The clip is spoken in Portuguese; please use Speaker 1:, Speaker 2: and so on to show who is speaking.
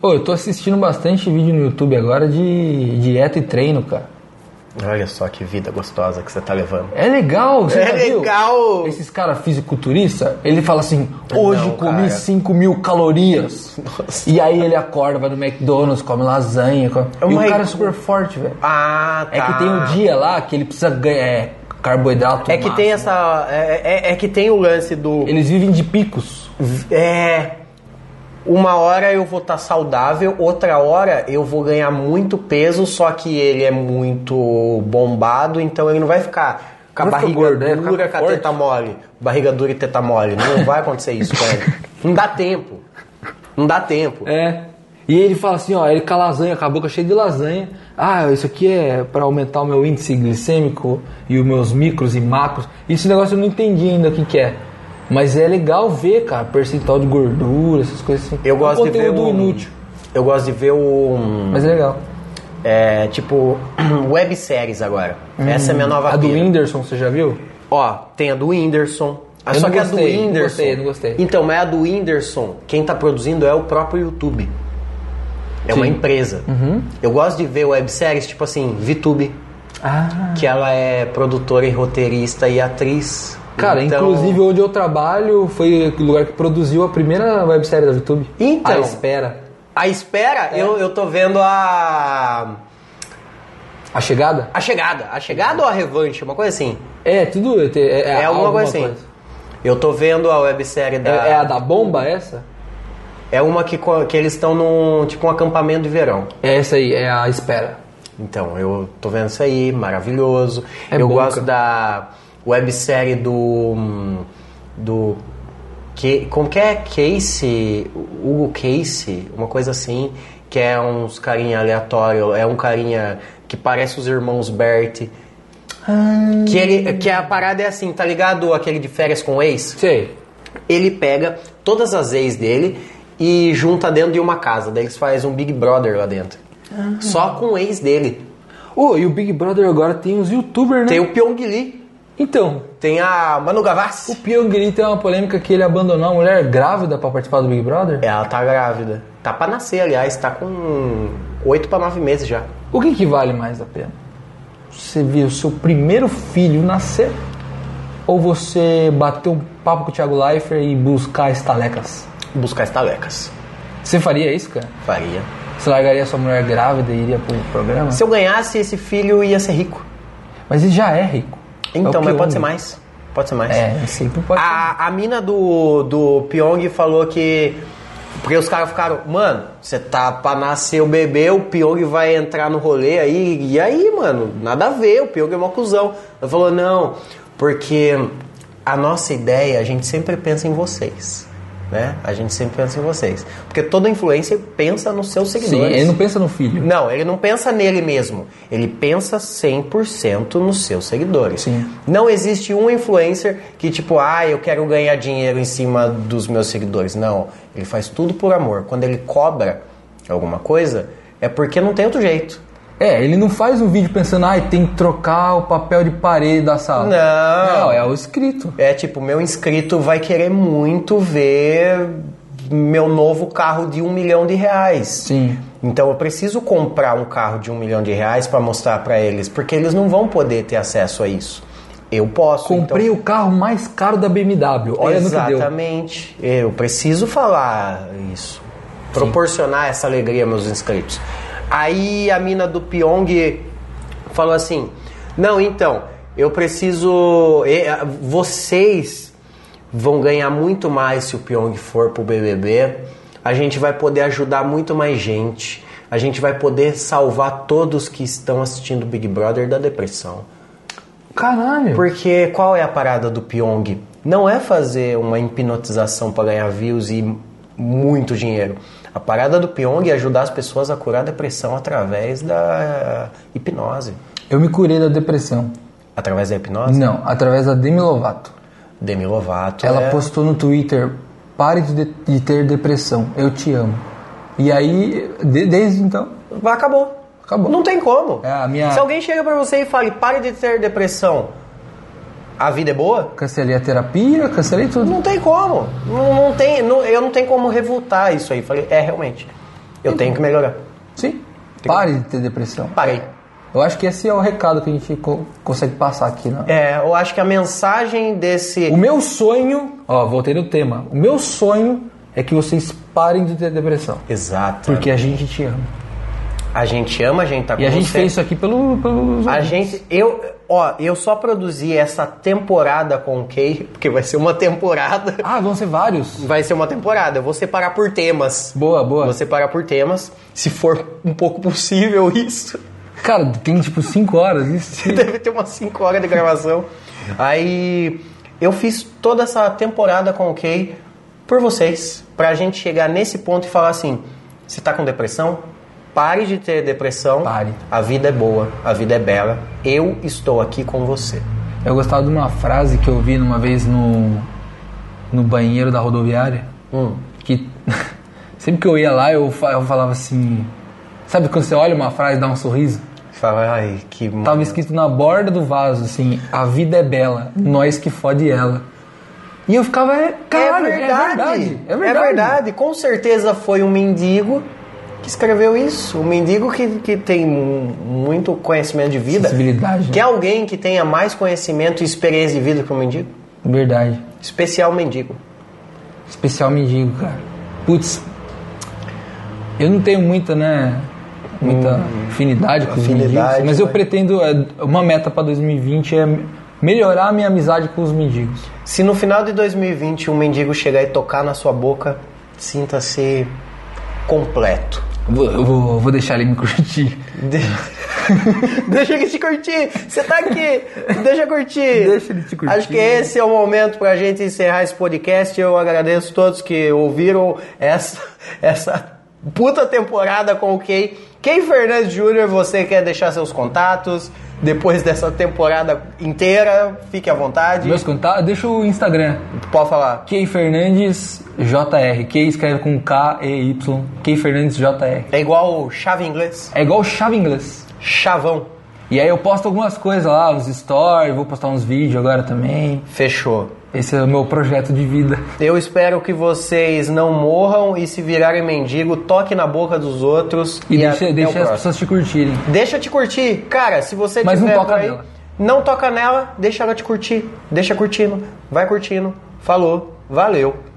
Speaker 1: Pô, eu tô assistindo bastante vídeo no YouTube agora de dieta e treino, cara.
Speaker 2: Olha só que vida gostosa que você tá levando.
Speaker 1: É legal, você
Speaker 2: É
Speaker 1: já viu?
Speaker 2: legal!
Speaker 1: Esses caras fisiculturista, ele fala assim, hoje
Speaker 2: Não,
Speaker 1: comi
Speaker 2: cara.
Speaker 1: 5 mil calorias.
Speaker 2: Nossa.
Speaker 1: E aí ele acorda, vai no McDonald's, come lasanha. Come...
Speaker 2: Oh
Speaker 1: e
Speaker 2: my
Speaker 1: o cara é
Speaker 2: God.
Speaker 1: super forte, velho.
Speaker 2: Ah, tá.
Speaker 1: É que tem um dia lá que ele precisa ganhar é, carboidrato.
Speaker 2: É que tem essa. É, é- é que tem o lance do.
Speaker 1: Eles vivem de picos.
Speaker 2: É. Uma hora eu vou estar saudável, outra hora eu vou ganhar muito peso, só que ele é muito bombado, então ele não vai ficar com
Speaker 1: Vai
Speaker 2: a
Speaker 1: ficar
Speaker 2: barriga
Speaker 1: gordo, é,
Speaker 2: dura,
Speaker 1: ficar
Speaker 2: com a teta mole. Barriga dura e teta mole. Não vai acontecer isso com ele. Não dá tempo. Não dá tempo.
Speaker 1: É. E ele fala assim, ó, ele com a lasanha, com a boca cheia de lasanha. Ah, isso aqui é pra aumentar o meu índice glicêmico e os meus micros e macros. Esse negócio eu não entendi ainda o que, que é. Mas é legal ver, cara, percentual de gordura, essas coisas assim.
Speaker 2: Eu
Speaker 1: É um
Speaker 2: gosto de ver
Speaker 1: conteúdo
Speaker 2: o.
Speaker 1: inútil,
Speaker 2: Eu gosto de ver um o.
Speaker 1: mas é legal.
Speaker 2: É, tipo, webséries agora. Essa é a minha nova
Speaker 1: Hum. a do
Speaker 2: pira.
Speaker 1: Whindersson, você já viu?
Speaker 2: Ó, tem a do Whindersson. Ah,
Speaker 1: Eu
Speaker 2: só
Speaker 1: não
Speaker 2: que a do
Speaker 1: gostei, não
Speaker 2: Whindersson.
Speaker 1: gostei, não gostei.
Speaker 2: Então, mas a do Whindersson, quem tá produzindo é o próprio YouTube. É uma
Speaker 1: Sim. Uhum.
Speaker 2: empresa. Eu gosto de ver webséries tipo assim, VTube,
Speaker 1: Ah.
Speaker 2: que ela é produtora e roteirista e atriz.
Speaker 1: Cara,
Speaker 2: Então-
Speaker 1: inclusive onde eu trabalho foi o lugar que produziu a primeira websérie da VTube.
Speaker 2: Então.
Speaker 1: A Espera.
Speaker 2: A espera,
Speaker 1: É.
Speaker 2: eu, eu tô vendo a.
Speaker 1: A Chegada?
Speaker 2: A chegada. A chegada ou a revanche? Uma coisa assim.
Speaker 1: É, tudo. É, é,
Speaker 2: É, alguma coisa assim. Eu tô vendo a websérie da.
Speaker 1: É, é a da bomba essa?
Speaker 2: É uma que, co- que eles estão num. Tipo um acampamento de verão.
Speaker 1: É essa aí, é a espera.
Speaker 2: Então, eu tô vendo isso aí, maravilhoso.
Speaker 1: É
Speaker 2: eu
Speaker 1: bom,
Speaker 2: gosto
Speaker 1: cara.
Speaker 2: da websérie do. hum, do. Que, como que é? Casey? Hugo Casey? Uma coisa assim, que é uns carinha aleatório, é um carinha que parece os irmãos Bert.
Speaker 1: Ah.
Speaker 2: Que, ele, que a parada é assim, tá ligado? Aquele de férias com o ex?
Speaker 1: Sei.
Speaker 2: Ele pega todas as ex dele e junta dentro de uma casa. Daí eles fazem um Big Brother lá dentro. Só com o ex dele.
Speaker 1: Ô, e o Big Brother agora tem os youtubers, né?
Speaker 2: Tem o Pyong Lee,
Speaker 1: Então,
Speaker 2: tem a Manu
Speaker 1: o
Speaker 2: Gavassi.
Speaker 1: Pyongyi tem uma polêmica que ele abandonou a mulher grávida pra participar do Big Brother.
Speaker 2: Ela tá grávida. Tá pra nascer, aliás, tá com 8 pra 9 meses já.
Speaker 1: O que, que vale mais a pena? Você ver o seu primeiro filho nascer ou você bater um papo com o Thiago Leifert e buscar estalecas?
Speaker 2: Buscar estalecas.
Speaker 1: Você faria isso, cara?
Speaker 2: Faria.
Speaker 1: Você largaria sua mulher grávida e iria pro programa?
Speaker 2: Se eu ganhasse esse filho, ia ser rico.
Speaker 1: Mas ele já é rico. É o
Speaker 2: Então, mas pode
Speaker 1: Pyong.
Speaker 2: ser mais. Ah, Pode ser mais.
Speaker 1: É, sempre pode ser.
Speaker 2: A, a mina do, do Pyong falou que. Porque os caras ficaram, mano, você tá pra nascer o bebê, o Pyong vai entrar no rolê aí. E aí, mano, nada a ver, o Pyong é uma cuzão. Ela falou, não, porque a nossa ideia, a gente sempre pensa em vocês. Né? A gente sempre pensa em vocês. Porque toda influencer pensa nos seus
Speaker 1: Sim,
Speaker 2: seguidores.
Speaker 1: ele não pensa no filho.
Speaker 2: Não, ele não pensa nele mesmo. Ele pensa 100% nos seus seguidores.
Speaker 1: Sim.
Speaker 2: Não existe um influencer que, tipo, ah, eu quero ganhar dinheiro em cima dos meus seguidores. Não. Ele faz tudo por amor. Quando ele cobra alguma coisa, é porque não tem outro jeito.
Speaker 1: É, ele não faz um vídeo pensando, ai, tem que trocar o papel de parede da sala.
Speaker 2: Não.
Speaker 1: Não, é o escrito.
Speaker 2: É tipo, meu inscrito vai querer muito ver meu novo carro de um milhão de reais.
Speaker 1: Sim.
Speaker 2: Então eu preciso comprar um carro de um milhão de reais para mostrar para eles, porque eles não vão poder ter acesso a isso. Eu posso.
Speaker 1: Comprei o carro mais caro da BMW.
Speaker 2: então,
Speaker 1: Olha no que deu.
Speaker 2: exatamente. Eu preciso falar isso, proporcionar essa alegria aos meus inscritos. Aí a mina do Pyong falou assim: não, então eu preciso. e- a- Vocês vão ganhar muito mais se o Pyong for pro BBB. A gente vai poder ajudar muito mais gente. A gente vai poder salvar todos que estão assistindo Big Brother da depressão.
Speaker 1: Caralho.
Speaker 2: Porque qual é a parada do Pyong? Não é fazer uma hipnotização para ganhar views e muito dinheiro. A parada do Pyong é ajudar as pessoas a curar a depressão através da hipnose.
Speaker 1: Eu me curei da depressão.
Speaker 2: Através da hipnose?
Speaker 1: Não, através da Demi Lovato.
Speaker 2: Demi Lovato.
Speaker 1: Ela
Speaker 2: é...
Speaker 1: postou no Twitter: pare de, de ter depressão, eu te amo. E aí, de- desde então,
Speaker 2: Acabou.
Speaker 1: Acabou.
Speaker 2: Não tem como.
Speaker 1: É, a minha-
Speaker 2: Se alguém chega para você e fale, pare de ter depressão, a vida é boa?
Speaker 1: cancelei a terapia, cancelei tudo.
Speaker 2: Não tem como. Não, não tem, não- eu não tenho como revoltar isso aí. Falei, é realmente. Eu tenho que melhorar.
Speaker 1: Sim. Pare de ter depressão.
Speaker 2: Parei.
Speaker 1: Eu acho que esse é o recado que a gente co- consegue passar aqui, né?
Speaker 2: É, eu acho que a mensagem desse.
Speaker 1: O meu sonho, ó, voltei no tema. O meu sonho é que vocês parem de ter depressão.
Speaker 2: Exato.
Speaker 1: Porque a gente te ama.
Speaker 2: a gente ama, a gente tá com
Speaker 1: E a gente
Speaker 2: você.
Speaker 1: fez isso aqui pelo, pelos
Speaker 2: A
Speaker 1: ouvintes.
Speaker 2: gente, eu, ó, eu só produzi essa temporada com o Kay, porque vai ser uma temporada.
Speaker 1: Ah, vão ser vários.
Speaker 2: Vai ser uma temporada. Eu vou separar por temas.
Speaker 1: Boa, boa.
Speaker 2: Vou separar por temas, se for um pouco possível isso.
Speaker 1: Cara, tem tipo 5 horas. Isso.
Speaker 2: Deve ter umas 5 horas de gravação. Aí eu fiz toda essa temporada com o Kay por vocês, pra gente chegar nesse ponto e falar assim: você tá com depressão? Pare de ter depressão.
Speaker 1: Pare.
Speaker 2: A vida é boa, a vida é bela. Eu estou aqui com você.
Speaker 1: Eu gostava de uma frase que eu vi numa vez no, no banheiro da rodoviária.
Speaker 2: Hum.
Speaker 1: Que sempre que eu ia lá, eu, fa- eu falava assim. Sabe quando você olha uma frase e dá um sorriso?
Speaker 2: Fala, ai, que
Speaker 1: Tava escrito na borda do vaso, assim, a vida é bela, nós que fode ela. E eu ficava, é, caralho,
Speaker 2: é verdade.
Speaker 1: é verdade. É verdade.
Speaker 2: Com certeza foi um mendigo que escreveu isso. Um mendigo que, que tem mu- muito conhecimento de vida.
Speaker 1: Sensibilidade, né?
Speaker 2: Quer alguém que tenha mais conhecimento e experiência de vida que um mendigo?
Speaker 1: Verdade.
Speaker 2: Especial mendigo.
Speaker 1: Especial mendigo, cara. Putz, eu não tenho muita, né? Muita afinidade com os
Speaker 2: Hum. Afinidade,
Speaker 1: mendigos, mas eu
Speaker 2: né?
Speaker 1: pretendo. é, Uma meta pra 2020 é melhorar a minha amizade com os mendigos.
Speaker 2: Se no final de 2020 um mendigo chegar e tocar na sua boca, sinta-se completo.
Speaker 1: Vou, eu vou, vou deixar ele me curtir.
Speaker 2: Deixa ele te curtir. Você tá aqui. Deixa eu curtir.
Speaker 1: Deixa ele te curtir.
Speaker 2: Acho que esse é o momento pra gente encerrar esse podcast. Eu agradeço a todos que ouviram essa, essa puta temporada com o Key. Key Fernandes Júnior, você quer deixar seus contatos depois dessa temporada inteira? Fique à vontade.
Speaker 1: Meus contatos, deixa o Instagram.
Speaker 2: Pode falar.
Speaker 1: Key Fernandes JR. Key escreve com K E Y. Key Fernandes JR.
Speaker 2: É igual o chave em inglês?
Speaker 1: É igual chave inglês.
Speaker 2: Chavão.
Speaker 1: E aí eu posto algumas coisas lá, uns stories, vou postar uns vídeos agora também.
Speaker 2: Fechou.
Speaker 1: Esse é o meu projeto de vida.
Speaker 2: Eu espero que vocês não morram e se virarem mendigo, toque na boca dos outros
Speaker 1: E,
Speaker 2: a-
Speaker 1: deixa,
Speaker 2: até o
Speaker 1: deixa as
Speaker 2: próximo.
Speaker 1: pessoas te curtirem.
Speaker 2: Deixa eu te curtir. Cara, se você
Speaker 1: Mas não
Speaker 2: tiver
Speaker 1: toca
Speaker 2: por aí,
Speaker 1: nela.
Speaker 2: não toca nela, deixa ela te curtir. Deixa curtindo, vai curtindo. Falou, valeu.